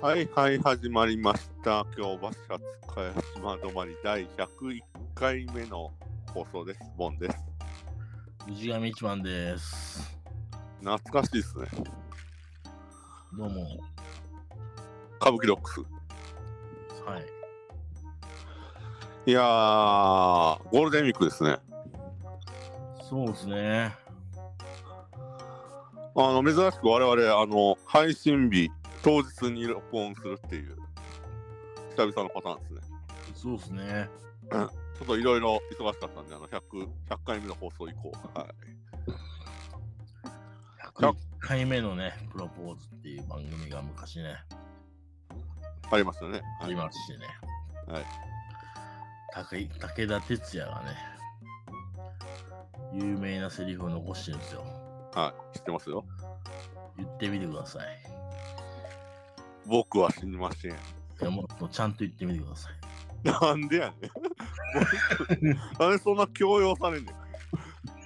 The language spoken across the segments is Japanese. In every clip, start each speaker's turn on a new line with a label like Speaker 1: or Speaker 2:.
Speaker 1: はいはい、始まりました。京橋勝茅島止まり第101回目の放送です。ボンです。
Speaker 2: 藤上一番です。
Speaker 1: 懐かしいですね。
Speaker 2: どうも。
Speaker 1: 歌舞伎ロックス。
Speaker 2: はい。
Speaker 1: いやー、ゴールデンウィークですね。
Speaker 2: そうですね。
Speaker 1: あの、珍しく我々、あの、配信日当日に録音するっていう、久々のパターンですね。
Speaker 2: そうですね。
Speaker 1: ちょっといろいろ忙しかったんで、あの、100、100回目の放送以降。はい。
Speaker 2: 101回目のね、プロポーズっていう番組が昔ね、
Speaker 1: ありましたね。
Speaker 2: あ
Speaker 1: はい
Speaker 2: りましてね。
Speaker 1: はい
Speaker 2: 武井。武田鉄矢がね、有名なセリフを残してるんですよ。
Speaker 1: はい、知ってますよ。
Speaker 2: 言ってみてください。
Speaker 1: 僕は死にません。
Speaker 2: いやもっとちゃんと言ってみてください。
Speaker 1: なんでやねん。 なんでそんな強要されんねん。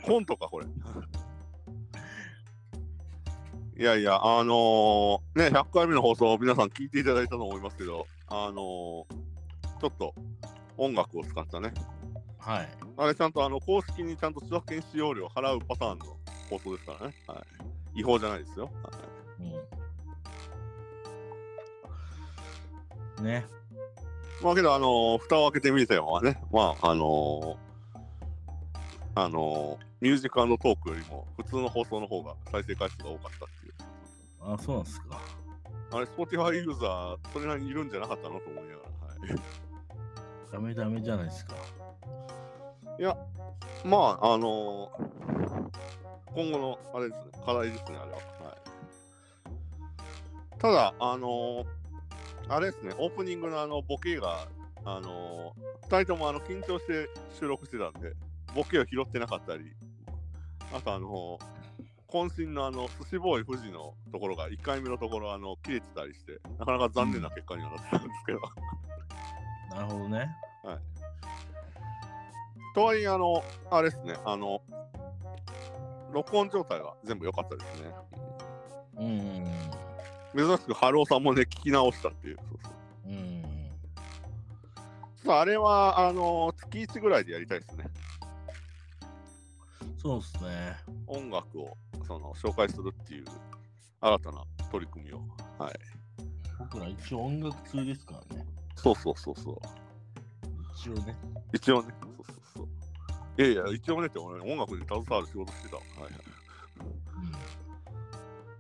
Speaker 1: コントか、これ。 いやいや、あのーね、100回目の放送、皆さん聞いていただいたと思いますけど、あのーちょっと音楽を使ったね、
Speaker 2: はい。
Speaker 1: あれちゃんとあの公式にちゃんと著作権使用料を払うパターンの放送ですからね、はい、違法じゃないですよ。はい
Speaker 2: うん、ね。
Speaker 1: まあけど、あのー蓋を開けてみたよはね、まあ、あのーあのーミュージックトークよりも普通の放送の方が再生回数が多かったっていう。
Speaker 2: あ、そうなんですか。
Speaker 1: あれ、Spotify ユーザー、それなりにいるんじゃなかったのと思いながら。はい、
Speaker 2: ダメダメじゃないですか。
Speaker 1: まあ、あのー今後の、あれですね、課題ですね、あれは。はい、ただ、あのーあれですね、オープニングのあの、ボケが、あの2人ともあの緊張して収録してたんで、ボケを拾ってなかったり、あとあのー渾身のあの、寿司ボーイ富士のところが、1回目のところ、あの、切れてたりして、なかなか残念な結果にはなってたんですけど。
Speaker 2: なるほどね。
Speaker 1: とはいえ、あの、あれですね、あの、録音状態は全部良かったですね。
Speaker 2: うんうん
Speaker 1: 珍しく、春尾さんもね、聞き直したっていう。そうそう
Speaker 2: うん。うん。
Speaker 1: ちょっとあれは、あの、月1ぐらいでやりたいですね。
Speaker 2: そうですね。
Speaker 1: 音楽を、その、紹介するっていう、新たな取り組みを。はい。
Speaker 2: 僕ら一応音楽通ですからね。
Speaker 1: そうそうそうそう。
Speaker 2: 一応ね。
Speaker 1: 一応ね。そうそうそう。いやいや、一応ねって、俺、音楽に携わる仕事してた。はいはい。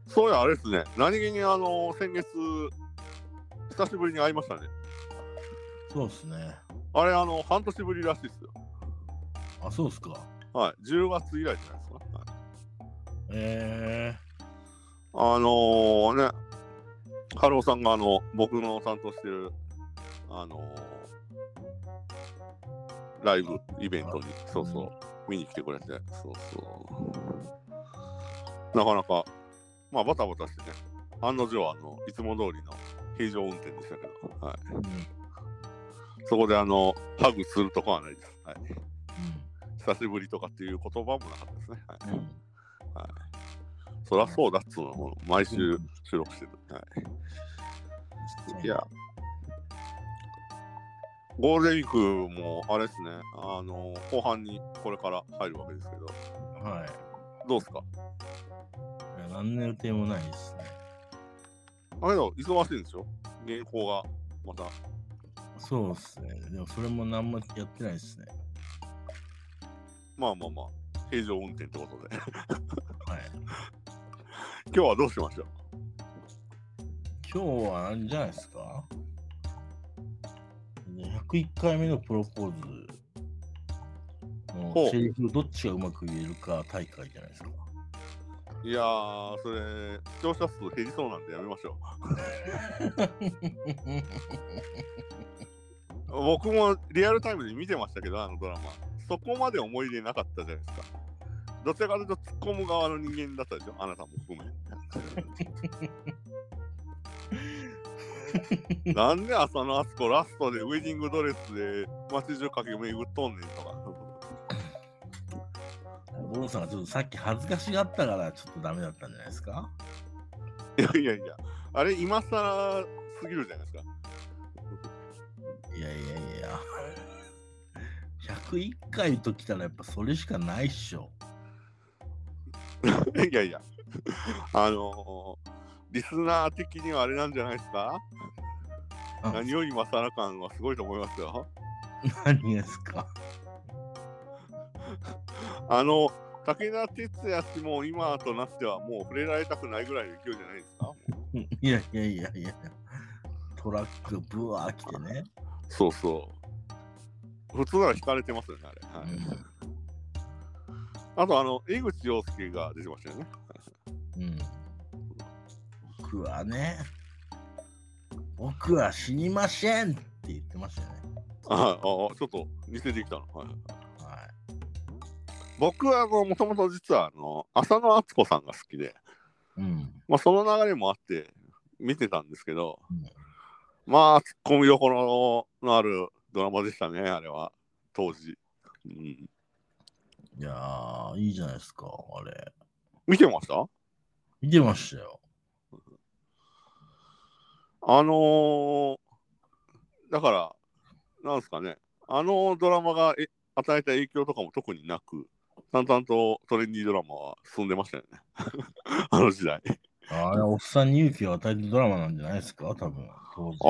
Speaker 1: そうや、あれですね。何気に、あの、先月、久しぶりに会いましたね。
Speaker 2: そうですね。
Speaker 1: あれ、あの、半年ぶりらしいですよ。
Speaker 2: あ、そうですか。
Speaker 1: はい、10月以来じゃないですか。はい
Speaker 2: え
Speaker 1: あのー、ね、ハローさんがあの僕の担当してる、あのーライブイベントに、そうそう、見に来てくれて、そうそう。なかなか、まあ、バタバタしてね、案の定、あの、いつも通りの平常運転でしたけど、はい、
Speaker 2: ー。うん。うん。
Speaker 1: そこで、あの、ハグするとかはないです。はい、久しぶりとかっていう言葉もなかったですね。はい
Speaker 2: うん。
Speaker 1: そりゃそうだっつうのもう毎週収録してる。は
Speaker 2: そう
Speaker 1: い、いや、ゴールデンウィークもあれですね、あの後半にこれから入るわけですけど、
Speaker 2: はい。
Speaker 1: どうですか
Speaker 2: いや何の予定もないですね。
Speaker 1: だけど、忙しいんですよ。原稿がまた。
Speaker 2: そうですね。でもそれも何もやってないですね。
Speaker 1: まあまあまあ、平常運転ってことで。
Speaker 2: はい。
Speaker 1: 今日はどうしましょう
Speaker 2: 今日はあれじゃないですかね ?101 回目のプロポーズ
Speaker 1: ほう
Speaker 2: のセリフをどっちがうまく言えるか大会じゃないですか。
Speaker 1: いやー、それ、視聴者数減りそうなんでやめましょう。僕もリアルタイムで見てましたけど、あのドラマ。そこまで思い入れなかったじゃないですか。どちらかというと、突っ込む側の人間だったでしょ、あなたも含め。なんで浅野敦子ラストでウェディングドレスで街中駆け巡っとんねんとか。
Speaker 2: ボンさんがちょっとさっき恥ずかしがったからちょっとダメだったんじゃないですか
Speaker 1: いやいやいや、あれ今更すぎるじゃないですか。
Speaker 2: いやいやいや。101回ときたらやっぱそれしかないっしょ。
Speaker 1: いやいや、あのリスナー的にはあれなんじゃないですか
Speaker 2: あ
Speaker 1: 何より今更感はすごいと思いますよ。
Speaker 2: 何ですか
Speaker 1: あの、武田鉄矢氏も今となってはもう触れられたくないぐらいの勢いじゃないですか
Speaker 2: いやいやいやいや。トラックブワー来てね。
Speaker 1: そうそう。普通なら引かれてますよね、あれ。はいあと、あの、江口洋介が出てましたよね。
Speaker 2: うん。うん僕はね、僕は死にませんって言ってましたよね。
Speaker 1: ああ、ちょっと似せてきたの。はい、
Speaker 2: は
Speaker 1: 僕はもともと実はあの浅野敦子さんが好きで、
Speaker 2: い。うん。
Speaker 1: まあ、その流れもあって見てたんですけど、
Speaker 2: うん
Speaker 1: まあツッコミどころのあるドラマでしたねあれは当時、うん、
Speaker 2: いやー、いいじゃないですか、あれ。
Speaker 1: 見てました
Speaker 2: 見てましたよ。
Speaker 1: あのーだからなんですかねあのドラマがえ与えた影響とかも特になく淡々とトレンディードラマは進んでましたよね あの時代
Speaker 2: あれ、おっさんに勇気を与えるドラマなんじゃないですか、多分。当時
Speaker 1: あ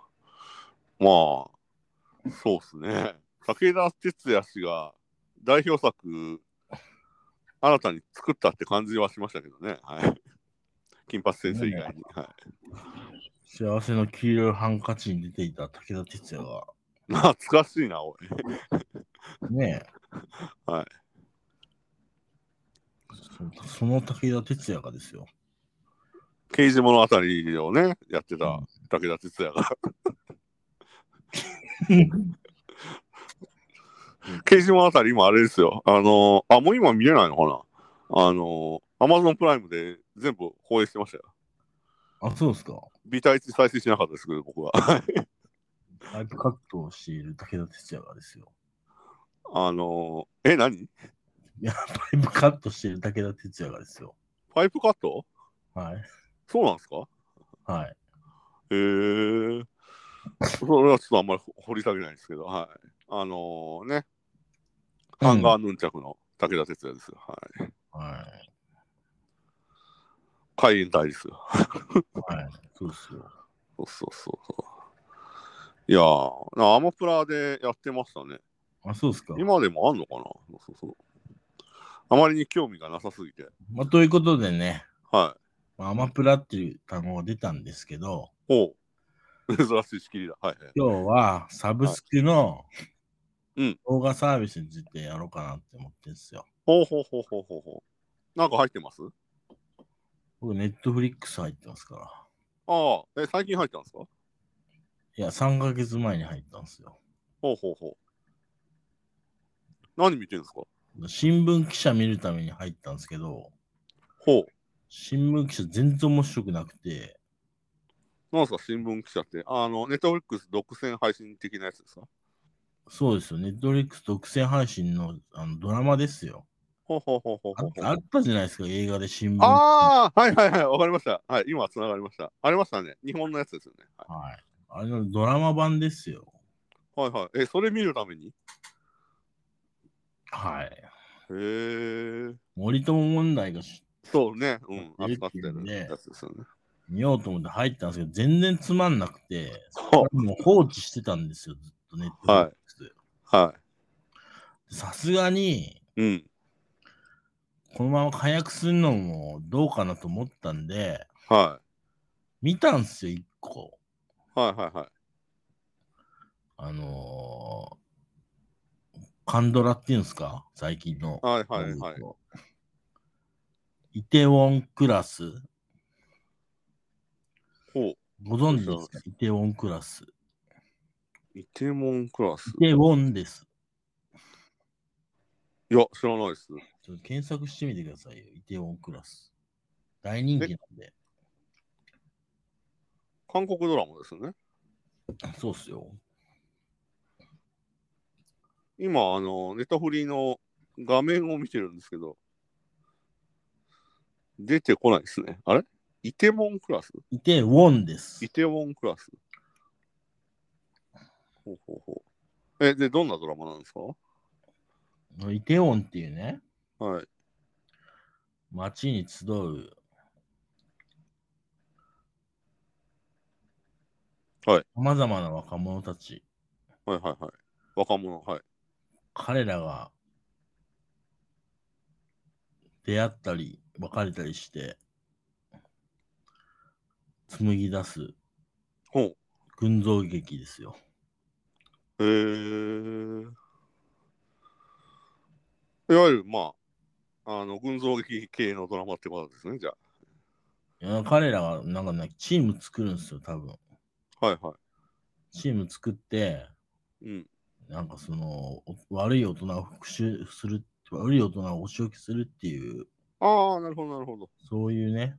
Speaker 1: あ、まあ、そうですね。武田鉄矢氏が代表作、新たに作ったって感じはしましたけどね。はい。金八先生以外に。はい、
Speaker 2: 幸せの黄色いハンカチに出ていた武田鉄矢が、
Speaker 1: 懐かしいな、おい。
Speaker 2: ねえ。
Speaker 1: はい
Speaker 2: そ。その武田鉄矢がですよ。
Speaker 1: 刑事物語をね、やってた武田鉄矢が。刑事物語、今あれですよ。あのあ、もう今見れないのかなあのアマゾンプライムで全部放映してましたよ。
Speaker 2: あ、そうですか。
Speaker 1: ビタ1再生しなかったですけど、僕は。
Speaker 2: ライブ活動をしている武田鉄矢がですよ。
Speaker 1: あのー、え、何
Speaker 2: いや、ライブカットしている武田鉄矢がですよ。
Speaker 1: パイプカット
Speaker 2: はい。
Speaker 1: そうなんですか
Speaker 2: は
Speaker 1: へ
Speaker 2: い。
Speaker 1: えー。それはちょっとあんまり掘り下げないんですけど、はい。あのー、ね、ハンガーヌンチャクの武田鉄矢ですよ。はい。
Speaker 2: はい。
Speaker 1: 海援隊ですよ。
Speaker 2: はい。そうですよ。
Speaker 1: そうそうそうそう。いやー、なアマプラでやってましたね。
Speaker 2: あ、そうですか。
Speaker 1: 今でもあんのかなそうそうあまりに興味がなさすぎて。
Speaker 2: まあ、ということでね、
Speaker 1: はい。
Speaker 2: まあアマプラっていう単語が出たんですけど、
Speaker 1: ほう。珍しい仕切りだ。はい、はい。
Speaker 2: 今日はサブスクの
Speaker 1: うん
Speaker 2: 動画サービスについてやろうかなって思ってるんですよ。
Speaker 1: ほうほうほうほうほうほう。なんか入ってます
Speaker 2: 僕、ネットフリックス入ってますから。
Speaker 1: ああ、え、最近入ったんですか
Speaker 2: いや、3ヶ月前に入ったんですよ。
Speaker 1: ほうほうほう。何見てるんですか
Speaker 2: 新聞記者見るために入ったんですけど、
Speaker 1: ほ
Speaker 2: 新聞記者全然面白くなくて、
Speaker 1: う。なんですか新聞記者って。あの、ネットフリックス独占配信的なやつですか
Speaker 2: そうですよ、ネットフリックス独占配信のあのドラマですよ
Speaker 1: ほうほうほうほう
Speaker 2: あ
Speaker 1: ほう。
Speaker 2: あったじゃないですか、映画で新聞。は。
Speaker 1: ああはいはいはい、わかりました。はい、今つながりました。ありましたね。日本のやつですよね。はい
Speaker 2: あれのドラマ版ですよ。
Speaker 1: い、はい、はい。え、それ見るためにへ
Speaker 2: はい。
Speaker 1: え。
Speaker 2: 森友問題がし
Speaker 1: そうね。うん。
Speaker 2: 出
Speaker 1: 扱ってて
Speaker 2: る
Speaker 1: る
Speaker 2: ね
Speaker 1: やつですよね。
Speaker 2: 見ようと思って入ったんですけど、全然つまんなくて、
Speaker 1: そう。
Speaker 2: もう放置してたんですよ、ずっとネットフリックス。
Speaker 1: は
Speaker 2: さすがに、
Speaker 1: い。うん。
Speaker 2: このまま解約するのもどうかなと思ったんで、
Speaker 1: は
Speaker 2: 見たんすよ、一個。
Speaker 1: い。はいはいはい。
Speaker 2: あのー、カンドラっていうんですか最近の。
Speaker 1: はいはいはい。
Speaker 2: イテウォンクラス。
Speaker 1: ほう。
Speaker 2: ご存知ですかイテウォンクラス。
Speaker 1: イテモンクラス。
Speaker 2: イテウォンです。
Speaker 1: いや、知らないです。
Speaker 2: ちょっと検索してみてくださいよ。イテウォンクラス。大人気なんで。
Speaker 1: 韓国ドラマですよね。
Speaker 2: そうっすよ。
Speaker 1: 今、あの、ネタフリの画面を見てるんですけど、出てこないですね。あれイテモンクラス
Speaker 2: いて、ウォンです
Speaker 1: イ。テウォンクラス。ほうほうほう。え、で、どんなドラマなんですか
Speaker 2: イテウォンっていうね、
Speaker 1: はい。
Speaker 2: 街に集う。
Speaker 1: はい。
Speaker 2: 様々な若者たち。
Speaker 1: はいはいはい。若者、はい。
Speaker 2: 彼らが出会ったり別れたりして紡ぎ出す
Speaker 1: ほう。
Speaker 2: 群像劇ですよ。
Speaker 1: えー。いわゆる、まあ、あの、群像劇系のドラマってことですね、じゃ
Speaker 2: いや彼らがなんかね、チーム作るんですよ、多分。
Speaker 1: あ。はいは
Speaker 2: チーム作って、
Speaker 1: い。うん。
Speaker 2: なんかそのお悪い大人を復讐する、悪い大人をお仕置きするっていう、
Speaker 1: ああ、なるほど、なるほど。
Speaker 2: そういうね、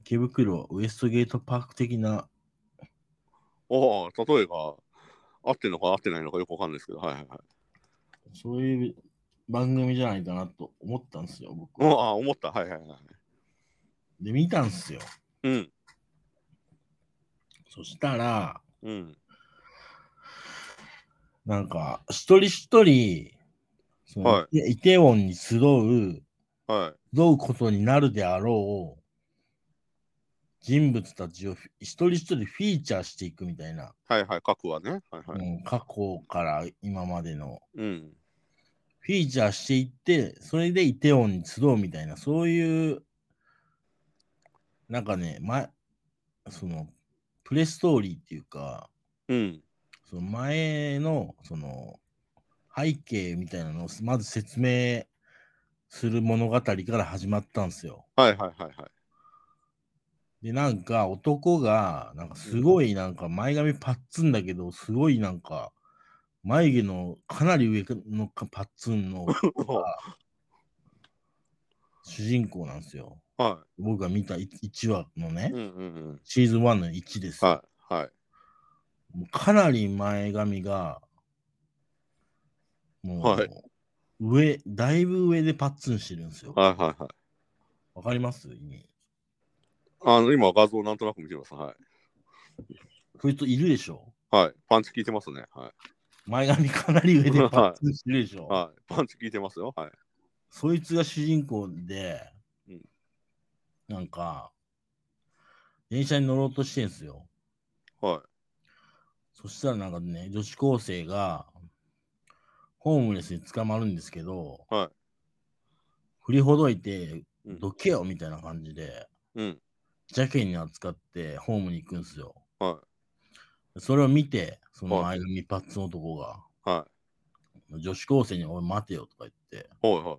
Speaker 2: 池袋ウエストゲートパーク的な
Speaker 1: ああ、例えば、合ってるのか合ってないのかよくわかんないですけど、はいはいはい。
Speaker 2: そういう番組じゃないかなと思ったんですよ、僕
Speaker 1: うん、ああ、思った。はいはいはい。
Speaker 2: で、見たんですよ。
Speaker 1: うん。
Speaker 2: そしたら、
Speaker 1: うん。
Speaker 2: なんか、一人一人、その、
Speaker 1: はい
Speaker 2: イテウォンに集う、
Speaker 1: は
Speaker 2: 集うことになるであろう人物たちをフィ一人一人フィーチャーしていくみたいな、
Speaker 1: い。はいはい。書くわね。はいはい。
Speaker 2: うん過去から今までの
Speaker 1: うん。
Speaker 2: フィーチャーしていって、それでイテウォンに集うみたいな、そういう、なんかね、ま、その、プレストーリーっていうか、
Speaker 1: うん。
Speaker 2: その前の、その、背景みたいなのをまず説明する物語から始まったんですよ。
Speaker 1: はいはいはいはい。
Speaker 2: で、なんか男が、なんかすごいなんか前髪パッツンだけど、すごいなんか、眉毛のかなり上のかパッツン の男が主人公なんですよ。
Speaker 1: は
Speaker 2: 僕が見た1話のね
Speaker 1: い。う、んうんうん。
Speaker 2: シーズン1の1ですよ。
Speaker 1: はいはい。
Speaker 2: もうかなり前髪が、もう、
Speaker 1: はい
Speaker 2: 上、だいぶ上でパッツンしてるんですよ。
Speaker 1: はい
Speaker 2: わ、
Speaker 1: はいはい。
Speaker 2: かります意味。
Speaker 1: あの、今画像なんとなく見てます。はい。
Speaker 2: こいついるでしょ
Speaker 1: はい。パンチ効いてますね。はい。
Speaker 2: 前髪かなり上でパッツンしてるで しょ、
Speaker 1: はい。パンチ効いてますよ。はい。
Speaker 2: そいつが主人公で、
Speaker 1: うん
Speaker 2: なんか、電車に乗ろうとしてんすよ。
Speaker 1: は
Speaker 2: そしたらなんかね、女子高生が、ホームレスに捕まるんですけど、
Speaker 1: はい
Speaker 2: 振りほどいて、
Speaker 1: い。うん。
Speaker 2: どけよみたいな感じで、
Speaker 1: うん。
Speaker 2: 邪ンに扱ってホームに行くんですよ。
Speaker 1: は
Speaker 2: それを見て、その
Speaker 1: は
Speaker 2: 前髪パッツン男が、
Speaker 1: い。はい。
Speaker 2: 女子高生に、おい、待てよとか言って、
Speaker 1: はいはい。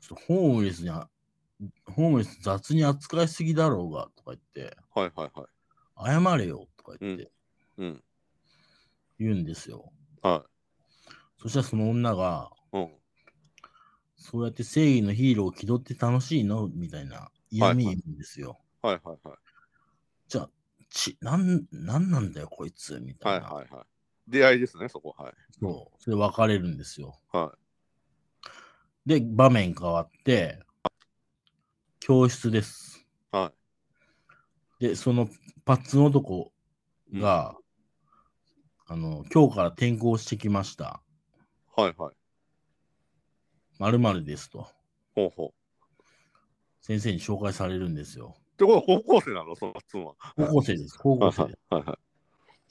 Speaker 2: ちょっとホームレスにあ、ホームレス雑に扱いすぎだろうがとか言って、
Speaker 1: はいはいはい。
Speaker 2: 謝れよとか言って
Speaker 1: うん。
Speaker 2: 言うんですよ。
Speaker 1: は
Speaker 2: そしたらその女が、
Speaker 1: い。うん。
Speaker 2: そうやって正義のヒーローを気取って楽しいのみたいな嫌味言うんですよ。
Speaker 1: はいはいはい。
Speaker 2: じゃあ、ち、なん、なんなんだよ、こいつみた
Speaker 1: はいい
Speaker 2: な。
Speaker 1: はいはい。出会いですね、そこ。はい。
Speaker 2: そう。それで別れるんですよ。
Speaker 1: は
Speaker 2: で、場面変わって、教室です。
Speaker 1: は
Speaker 2: で、そのパッツン男
Speaker 1: い。うん
Speaker 2: が、あの、今日から転校してきました。
Speaker 1: はいはい。
Speaker 2: まるですと。
Speaker 1: ほうほう。
Speaker 2: 先生に紹介されるんですよ。
Speaker 1: ってことは高校生なのその妻は。
Speaker 2: 高校生です。高校生
Speaker 1: はい
Speaker 2: で
Speaker 1: はいはい。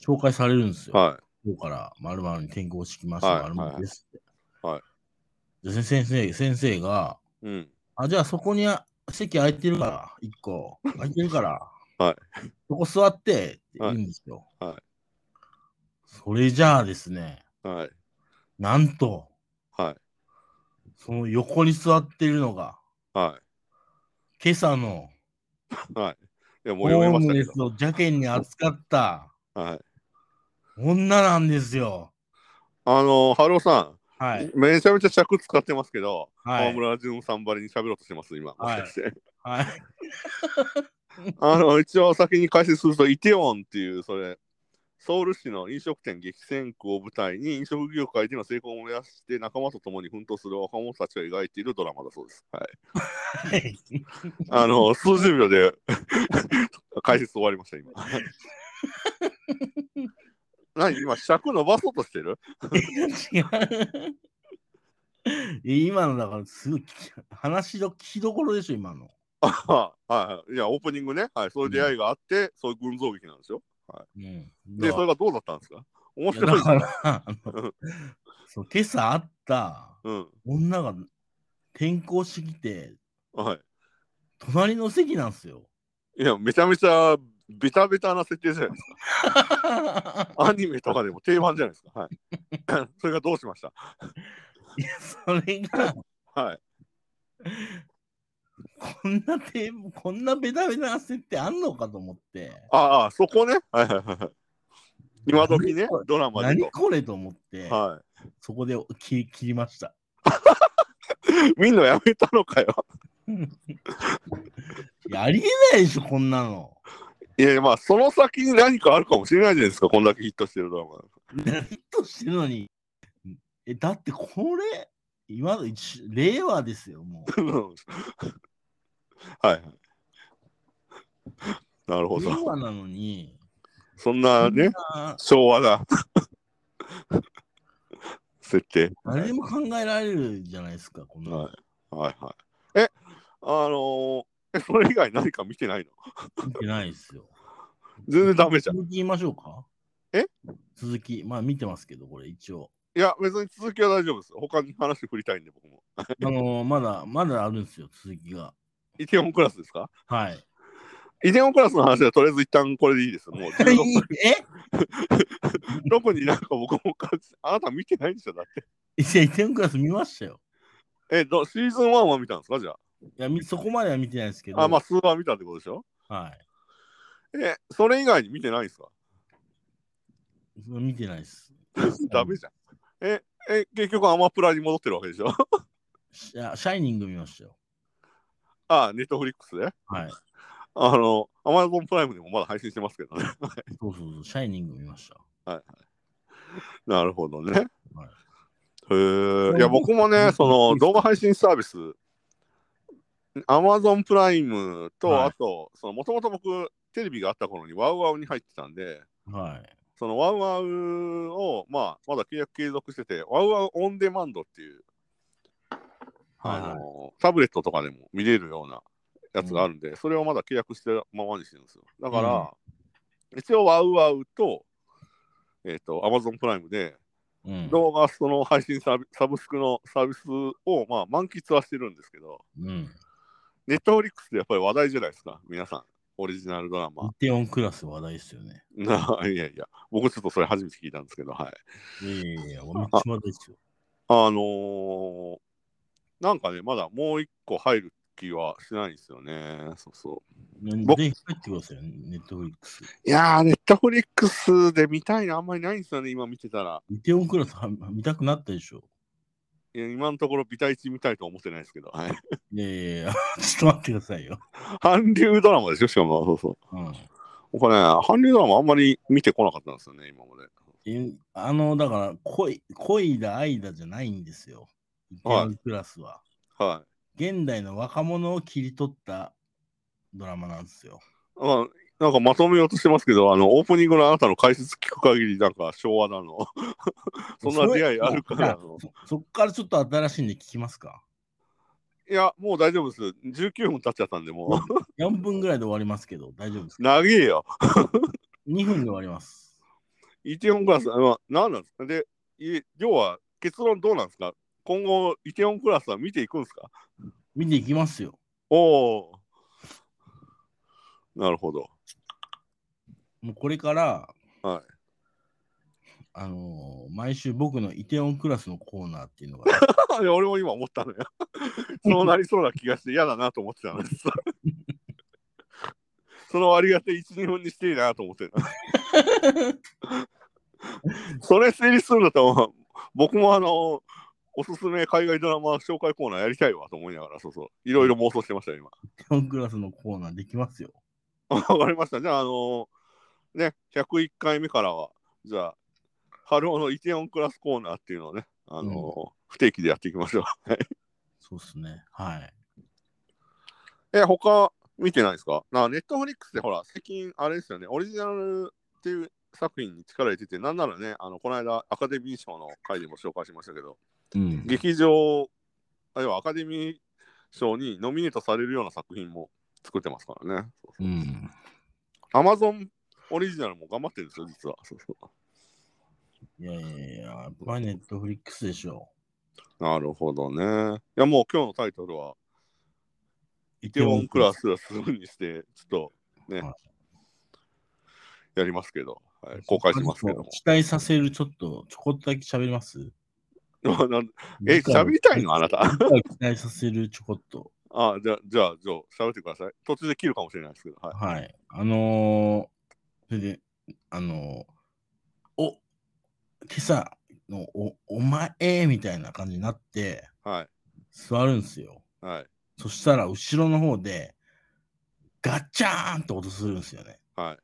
Speaker 2: す。紹介されるんですよ。
Speaker 1: は
Speaker 2: 今日からまるに転校してきまし
Speaker 1: はい
Speaker 2: た。まるですって。
Speaker 1: はい
Speaker 2: で先生、先生が、
Speaker 1: い。うん。
Speaker 2: あ、じゃあそこにあ席空いてるから、一個。空いてるから。
Speaker 1: はい。
Speaker 2: そこ座ってって言うんですよ。
Speaker 1: はいはい
Speaker 2: それじゃあですね、
Speaker 1: はい。
Speaker 2: なんと、
Speaker 1: はい。
Speaker 2: その横に座ってるのが、
Speaker 1: は
Speaker 2: 今朝の
Speaker 1: い。はい。いや、も
Speaker 2: ホ
Speaker 1: う読め
Speaker 2: ー
Speaker 1: まし
Speaker 2: ム
Speaker 1: たけ
Speaker 2: レス
Speaker 1: ど。
Speaker 2: を邪険に扱った
Speaker 1: はい。
Speaker 2: 女なんですよ。
Speaker 1: あのー、ハローさん、
Speaker 2: はい。
Speaker 1: めちゃめちゃ尺使ってますけど、
Speaker 2: はい
Speaker 1: 河村淳さんばりに喋ろうとしてます、今。
Speaker 2: はい
Speaker 1: もしか して。
Speaker 2: はい。
Speaker 1: あの、一応先に解説すると、イテウォンっていう、それ、ソウル市の飲食店激戦区を舞台に飲食業界での成功を目指して仲間と共に奮闘する若者たちを描いているドラマだそうです。はい、あの数十秒で 解説終わりました 今。何今尺伸ばそうとしてる
Speaker 2: 違う。今のだからすごい聞き話の聞きどころでしょ、今の。
Speaker 1: あはいはいいやオープニングね、はい、そういう出会いがあって、そういう群像劇なんですよ。
Speaker 2: うん、
Speaker 1: で、
Speaker 2: だ
Speaker 1: それがどうだったんですか面白い
Speaker 2: だ
Speaker 1: です
Speaker 2: か
Speaker 1: ね。
Speaker 2: ら、あのそう今朝会った
Speaker 1: うん。
Speaker 2: 女が転校してきて、
Speaker 1: は
Speaker 2: 隣の席なんです よ。
Speaker 1: い。いや、めちゃめちゃベタベタな設定じゃない ですか。アニメとかでも定番じゃないですか。 はい。それがどうしました
Speaker 2: いや、それが、
Speaker 1: はい。
Speaker 2: こんなテーブこんなベタベタな設定あんのかと思って、
Speaker 1: ああ、そこね。はいはいはいはい。今時ね、ドラマで
Speaker 2: 何
Speaker 1: と。
Speaker 2: これと思って、
Speaker 1: は
Speaker 2: そこで切切りました。
Speaker 1: い。みんなやめたのかよ。
Speaker 2: いや、ありえないでしょ、こんなの。
Speaker 1: いや、まあ、その先に何かあるかもしれないじゃないですか。こんだけヒットしてるドラマ。
Speaker 2: ヒットしてるのに。え、だってこれ、今の一令和ですよ、もう。
Speaker 1: うん はいはい。なるほ
Speaker 2: 令
Speaker 1: ど。
Speaker 2: 和なのに。
Speaker 1: そんなね、
Speaker 2: あ
Speaker 1: 昭和な 設定。
Speaker 2: 誰でも考えられるじゃないですか、こんなの。
Speaker 1: はいはい。え、あのーえそれ以外何か見てないの
Speaker 2: 見てないですよ。
Speaker 1: 全然ダメじゃん。い
Speaker 2: 続き言いましょうか。
Speaker 1: え
Speaker 2: 続き、まあ見てますけど、これ一応。
Speaker 1: や、別に続きは大丈夫です。他に話振りたいんで、僕も。
Speaker 2: あのーまだ、まだあるんですよ、続きが。
Speaker 1: イテオンクラスですか
Speaker 2: はい。
Speaker 1: イテオンクラスの話はとりあえず一旦これでいいです。もう16分
Speaker 2: え
Speaker 1: 特になんか僕も感じ、あなた見てないんでしょだって。
Speaker 2: いや、1点クラス見ましたよ。
Speaker 1: え、どシーズン1は見たんですかじゃ
Speaker 2: いや、みそこまでは見てないですけど。
Speaker 1: あ。あ、まあ、数話見たってことでしょ
Speaker 2: は
Speaker 1: え、それ以外に見てないんですか
Speaker 2: い。見てないです。
Speaker 1: ダメじゃん。え、え、結局アマプラに戻ってるわけでしょ
Speaker 2: シャシャイニング見ましたよ。
Speaker 1: ああ、ネットフリックスで、
Speaker 2: はい。
Speaker 1: あの、アマゾンプライムでもまだ配信してますけど ね。
Speaker 2: そうそうそう、シャイニング見ました。
Speaker 1: なるほどね。
Speaker 2: はい
Speaker 1: へえ。いや、僕もね、その動画配信サービス、アマゾンプライムと、
Speaker 2: はい
Speaker 1: あと、その、もともと僕、テレビがあった頃にワウワウに入ってたんで、
Speaker 2: はい。
Speaker 1: そのワウワウを、まあ、まだ契約継続してて、ワウワウオンデマンドっていう、
Speaker 2: はい
Speaker 1: あのタブレットとかでも見れるようなやつがあるんで、それをまだ契約してるままにしてるんですよ。だから、一応ワウワウと、えっ、と、アマゾンプライムで、
Speaker 2: うん。
Speaker 1: 動画その配信サブサブスクのサービスを、まあ、満喫はしてるんですけど、
Speaker 2: うん。
Speaker 1: ネットフリックスでやっぱり話題じゃないですか、皆さん。オリジナルドラマ
Speaker 2: イ。テオンクラス話題ですよね。
Speaker 1: な いやいや、僕ちょっとそれ初めて聞いたんですけど、はい。
Speaker 2: いやいやいや、めっちゃ話題ですよ。
Speaker 1: あのーなんかね、まだもう一個入る気はしないんですよね。そうそう。
Speaker 2: ね
Speaker 1: 僕
Speaker 2: ぜひ入ってくださいよ、ネットフリックス。
Speaker 1: いやー、ネットフリックスで見たいのあんまりないんですよね、今見てたら。
Speaker 2: イテオンクラスは見たくなったでしょ。
Speaker 1: いや今のところ、ビタイチ見たいと思ってないですけど、はい。
Speaker 2: いやいやいや、 ちょっと待ってくださいよ。
Speaker 1: 韓流ドラマでしょ、しかも、そうそう。
Speaker 2: うん。
Speaker 1: 僕ね、韓流ドラマあんまり見てこなかったんですよね、今まで。
Speaker 2: えあの、だから、恋、恋だ愛だじゃないんですよ。イテオンクラスは。
Speaker 1: はい。
Speaker 2: 現代の若者を切り取ったドラマなんですよ。
Speaker 1: まあ、なんかまとめようとしてますけど、あの、オープニングのあなたの解説聞く限り、なんか昭和なの。 そんな出会いあるか
Speaker 2: じゃ
Speaker 1: ら
Speaker 2: あ
Speaker 1: の。
Speaker 2: そ そっからちょっと新しいんで聞きますか。
Speaker 1: いや、もう大丈夫です。19分経っちゃったんで、も
Speaker 2: 4分ぐらいで終わりますけど、大丈夫です
Speaker 1: う。
Speaker 2: か
Speaker 1: 長えよ。
Speaker 2: ?2 分で終わります。
Speaker 1: イテウォンクラス、まあ、何なんですかで、い要は結論どうなんですか今後、イテウォンクラスは見ていくんですか
Speaker 2: 見ていきますよ。
Speaker 1: おお。なるほど。
Speaker 2: もうこれから、
Speaker 1: はい
Speaker 2: あのー毎週僕のイテオンクラスのコーナーっていう のが、
Speaker 1: いや俺も今思ったのよ。 そうなりそうな気がして嫌だなと思ってたんです。 その割り当て1、2分にしていいなと思ってた。 それ成立するんだったら、僕もあの、おすすめ海外ドラマ紹介コーナーやりたいわと思いながら、そうそう、いろいろ妄想してましたよ、今。
Speaker 2: イテオンクラスのコーナーできますよ。
Speaker 1: わかりました。じゃあ、あのね、101回目からは、じゃあ、春尾のイテオンクラスコーナーっていうのをね、あのー不定期でやっていきましょう。はい
Speaker 2: そうですね。はい。
Speaker 1: え、他見てないですかなネットフリックスでほら、最近あれですよね、オリジナルっていう作品に力入れてて、なんならね、あのこの間アカデミー賞の回でも紹介しましたけど、
Speaker 2: うん。
Speaker 1: 劇場、あるいはアカデミー賞にノミネートされるような作品も作ってますからね。
Speaker 2: うん。
Speaker 1: アマゾンオリジナルも頑張ってるんですよ、実は。そうそう
Speaker 2: いやいやいや、やっぱりネットフリックスでしょ。
Speaker 1: なるほどね。いや、もう今日のタイトルは、
Speaker 2: イ
Speaker 1: イテウォンクラスはすぐにして、ちょっとね、
Speaker 2: はい
Speaker 1: やりますけど、はい、公開しますけども。
Speaker 2: 期待させる、ちょっと、ちょこっとだけ喋ります
Speaker 1: なん え、喋りたいのあなた。
Speaker 2: 次回期待させる、ちょこっと。
Speaker 1: あじゃあ、じゃあ、じゃあ、喋ってください。途中で切るかもしれないですけど、はい。
Speaker 2: はい。あのー、それで、あのー、お、今朝のお、お前みたいな感じになって、
Speaker 1: はい。
Speaker 2: 座るんですよ。
Speaker 1: はい。
Speaker 2: そしたら、後ろの方で、ガッチャーンって音するんですよね。
Speaker 1: はい。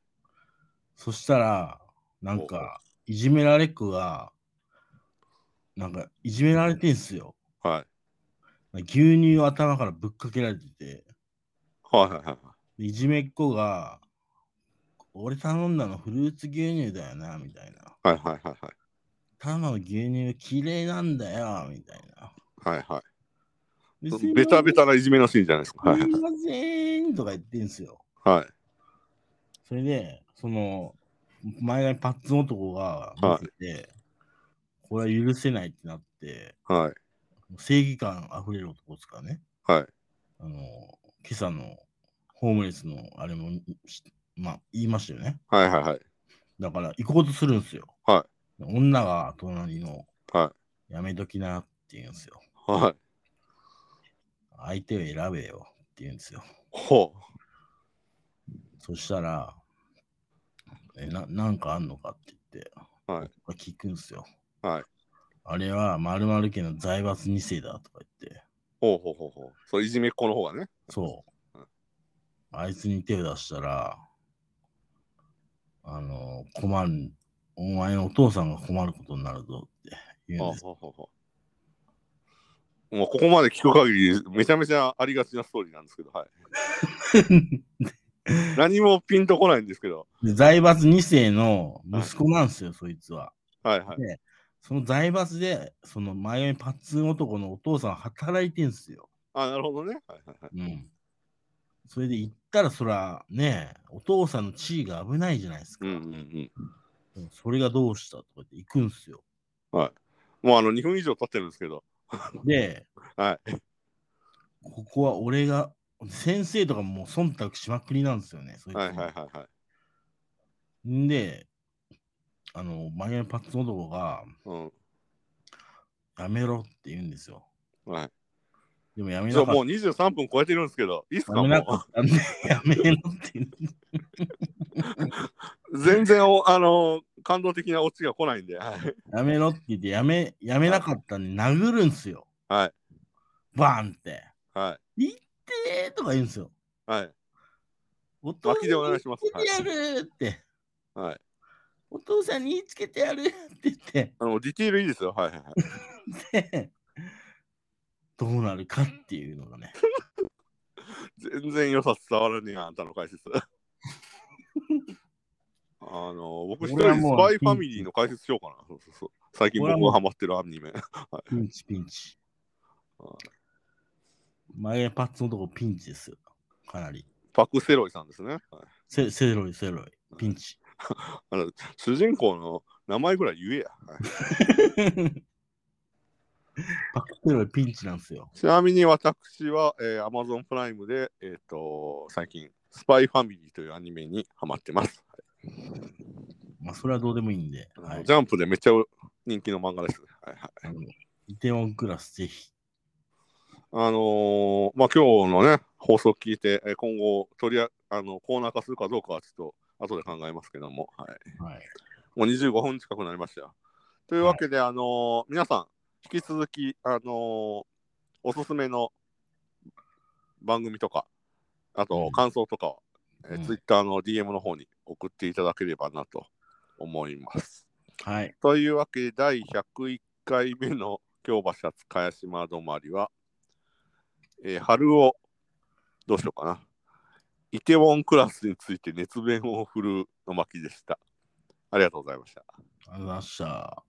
Speaker 2: そしたら、なんか、いじめられっ子が、なんか、いじめられてんすよ。
Speaker 1: はい。
Speaker 2: 牛乳を頭からぶっかけられてて、
Speaker 1: はい。はい。はい
Speaker 2: いじめっ子が、俺頼んだのフルーツ牛乳だよな、みたいな。
Speaker 1: はい。はい。はい。
Speaker 2: ただの牛乳きれいなんだよ、みたいな。
Speaker 1: はい。は
Speaker 2: 別
Speaker 1: い。ベタベタないじめのシーンじゃないですか。は
Speaker 2: す
Speaker 1: い
Speaker 2: い。ませんとか言ってんすよ。
Speaker 1: はい。
Speaker 2: それで、その、前髪パッツン男が見てて、これは許せないってなって、
Speaker 1: はい。
Speaker 2: 正義感あふれる男ですからね。
Speaker 1: はい。
Speaker 2: あの、今朝のホームレスのあれも、しまあ、言いましたよね。
Speaker 1: はい。はい。はい。
Speaker 2: だから、行こうとするんですよ。
Speaker 1: は
Speaker 2: 女が隣の、
Speaker 1: は
Speaker 2: やめときなって言うんですよ。
Speaker 1: はい。
Speaker 2: 相手を選べよって言うんですよ。
Speaker 1: ほ
Speaker 2: そしたら、え、な、なんかあんのかって言って、
Speaker 1: はい
Speaker 2: 僕が聞くんですよ。
Speaker 1: はい
Speaker 2: あれは、〇〇家の財閥2世だとか言って、
Speaker 1: う。ほうほうほうほう。そう、いじめっ子の方がね。
Speaker 2: そう
Speaker 1: うん。
Speaker 2: あいつに手を出したら、あの、困る、お前のお父さんが困ることになるぞって言
Speaker 1: ほ
Speaker 2: うんで
Speaker 1: う
Speaker 2: す。
Speaker 1: ほうほうほう。もうここまで聞く限り、めちゃめちゃありがちなストーリーなんですけど、はい。 何もピンとこないんですけど、
Speaker 2: で財閥2世の息子なんですよ、そいつは。
Speaker 1: はいはい。
Speaker 2: その財閥で、その前髪パッツン男のお父さん働いてんすよ。
Speaker 1: あ、なるほどね。はいはいはい。
Speaker 2: うん。それで行ったら、そら、ねえ、お父さんの地位が危ないじゃないですか。
Speaker 1: うんうんうん。
Speaker 2: でもそれがどうしたとかって行くんすよ。
Speaker 1: もうあの2分以上経ってるんですけど、
Speaker 2: で、
Speaker 1: はい。
Speaker 2: ここは俺が、先生とかもう忖度しまくりなんですよね。そいつ
Speaker 1: はいはいはいはい。
Speaker 2: んで、あの、マイアミパッツン男が、
Speaker 1: うん。
Speaker 2: やめろって言うんですよ。
Speaker 1: はい。
Speaker 2: でもやめ
Speaker 1: じゃ
Speaker 2: な
Speaker 1: あ
Speaker 2: かっ
Speaker 1: もう23分超えてるんですけど、いいっす
Speaker 2: た。
Speaker 1: か
Speaker 2: や
Speaker 1: も
Speaker 2: めなか
Speaker 1: う
Speaker 2: ったんで、やめろって言うんです
Speaker 1: 全然お、あのー感動的なオチが来ないんで、はい。
Speaker 2: やめろって言って、やめ、やめなかったんで、殴るんすよ。
Speaker 1: はい。
Speaker 2: バーンって。
Speaker 1: はい。
Speaker 2: でーとか言うんですよ。
Speaker 1: はい。
Speaker 2: お父
Speaker 1: 巻きでお願いします
Speaker 2: さんに言いつけてやるって、
Speaker 1: はい。
Speaker 2: お父さんに言いつけてやるって言って
Speaker 1: あの、ディティールいいですよ。はいはいはい。
Speaker 2: で、 どうなるかっていうのがね。
Speaker 1: 全然良さ伝わらねえな、あんたの解説。 あのー僕一人
Speaker 2: 俺は
Speaker 1: ス
Speaker 2: もう
Speaker 1: パイファミリーの解説しようかな。そうそうそう最近
Speaker 2: 俺は
Speaker 1: 僕
Speaker 2: もう
Speaker 1: がハマってるアニメ。
Speaker 2: ピンチピンチ
Speaker 1: はい。
Speaker 2: 前パッツのとこピンチですよ。かなり。
Speaker 1: パク・セロイさんですね。はい
Speaker 2: セセロイセロイ。ピンチ。
Speaker 1: あの主人公の名前ぐらい言えや。はい
Speaker 2: パクセロイピンチなんですよ。
Speaker 1: ちなみに私は、えー、Amazon プライムで、えっと最近、スパイファミリーというアニメにハマってます。
Speaker 2: まあそれはどうでもいいんで。はい
Speaker 1: ジ。ャンプでめっちゃ人気の漫画です。はいはい、
Speaker 2: あのイテウォンクラスぜひ。
Speaker 1: あのーまあ今日のね、放送聞いて、えー今後取りああのコーナー化するかどうかはちょっと後で考えますけども、はい、
Speaker 2: はい。
Speaker 1: もう25分近くなりましたよ。というわけで、あのー皆さん、引き続き、あのーおすすめの番組とか、あ
Speaker 2: う
Speaker 1: と
Speaker 2: ん
Speaker 1: 感想とかは、え
Speaker 2: うん
Speaker 1: ー、Twitter の DM の方に送っていただければなと思います。
Speaker 2: はい。
Speaker 1: というわけで、第101回目の京橋発茅島止まりは、えー春を、どうしようかな。イテウォンクラスについて熱弁を振るうの巻でした。ありがとうございました。
Speaker 2: ありがとうございました。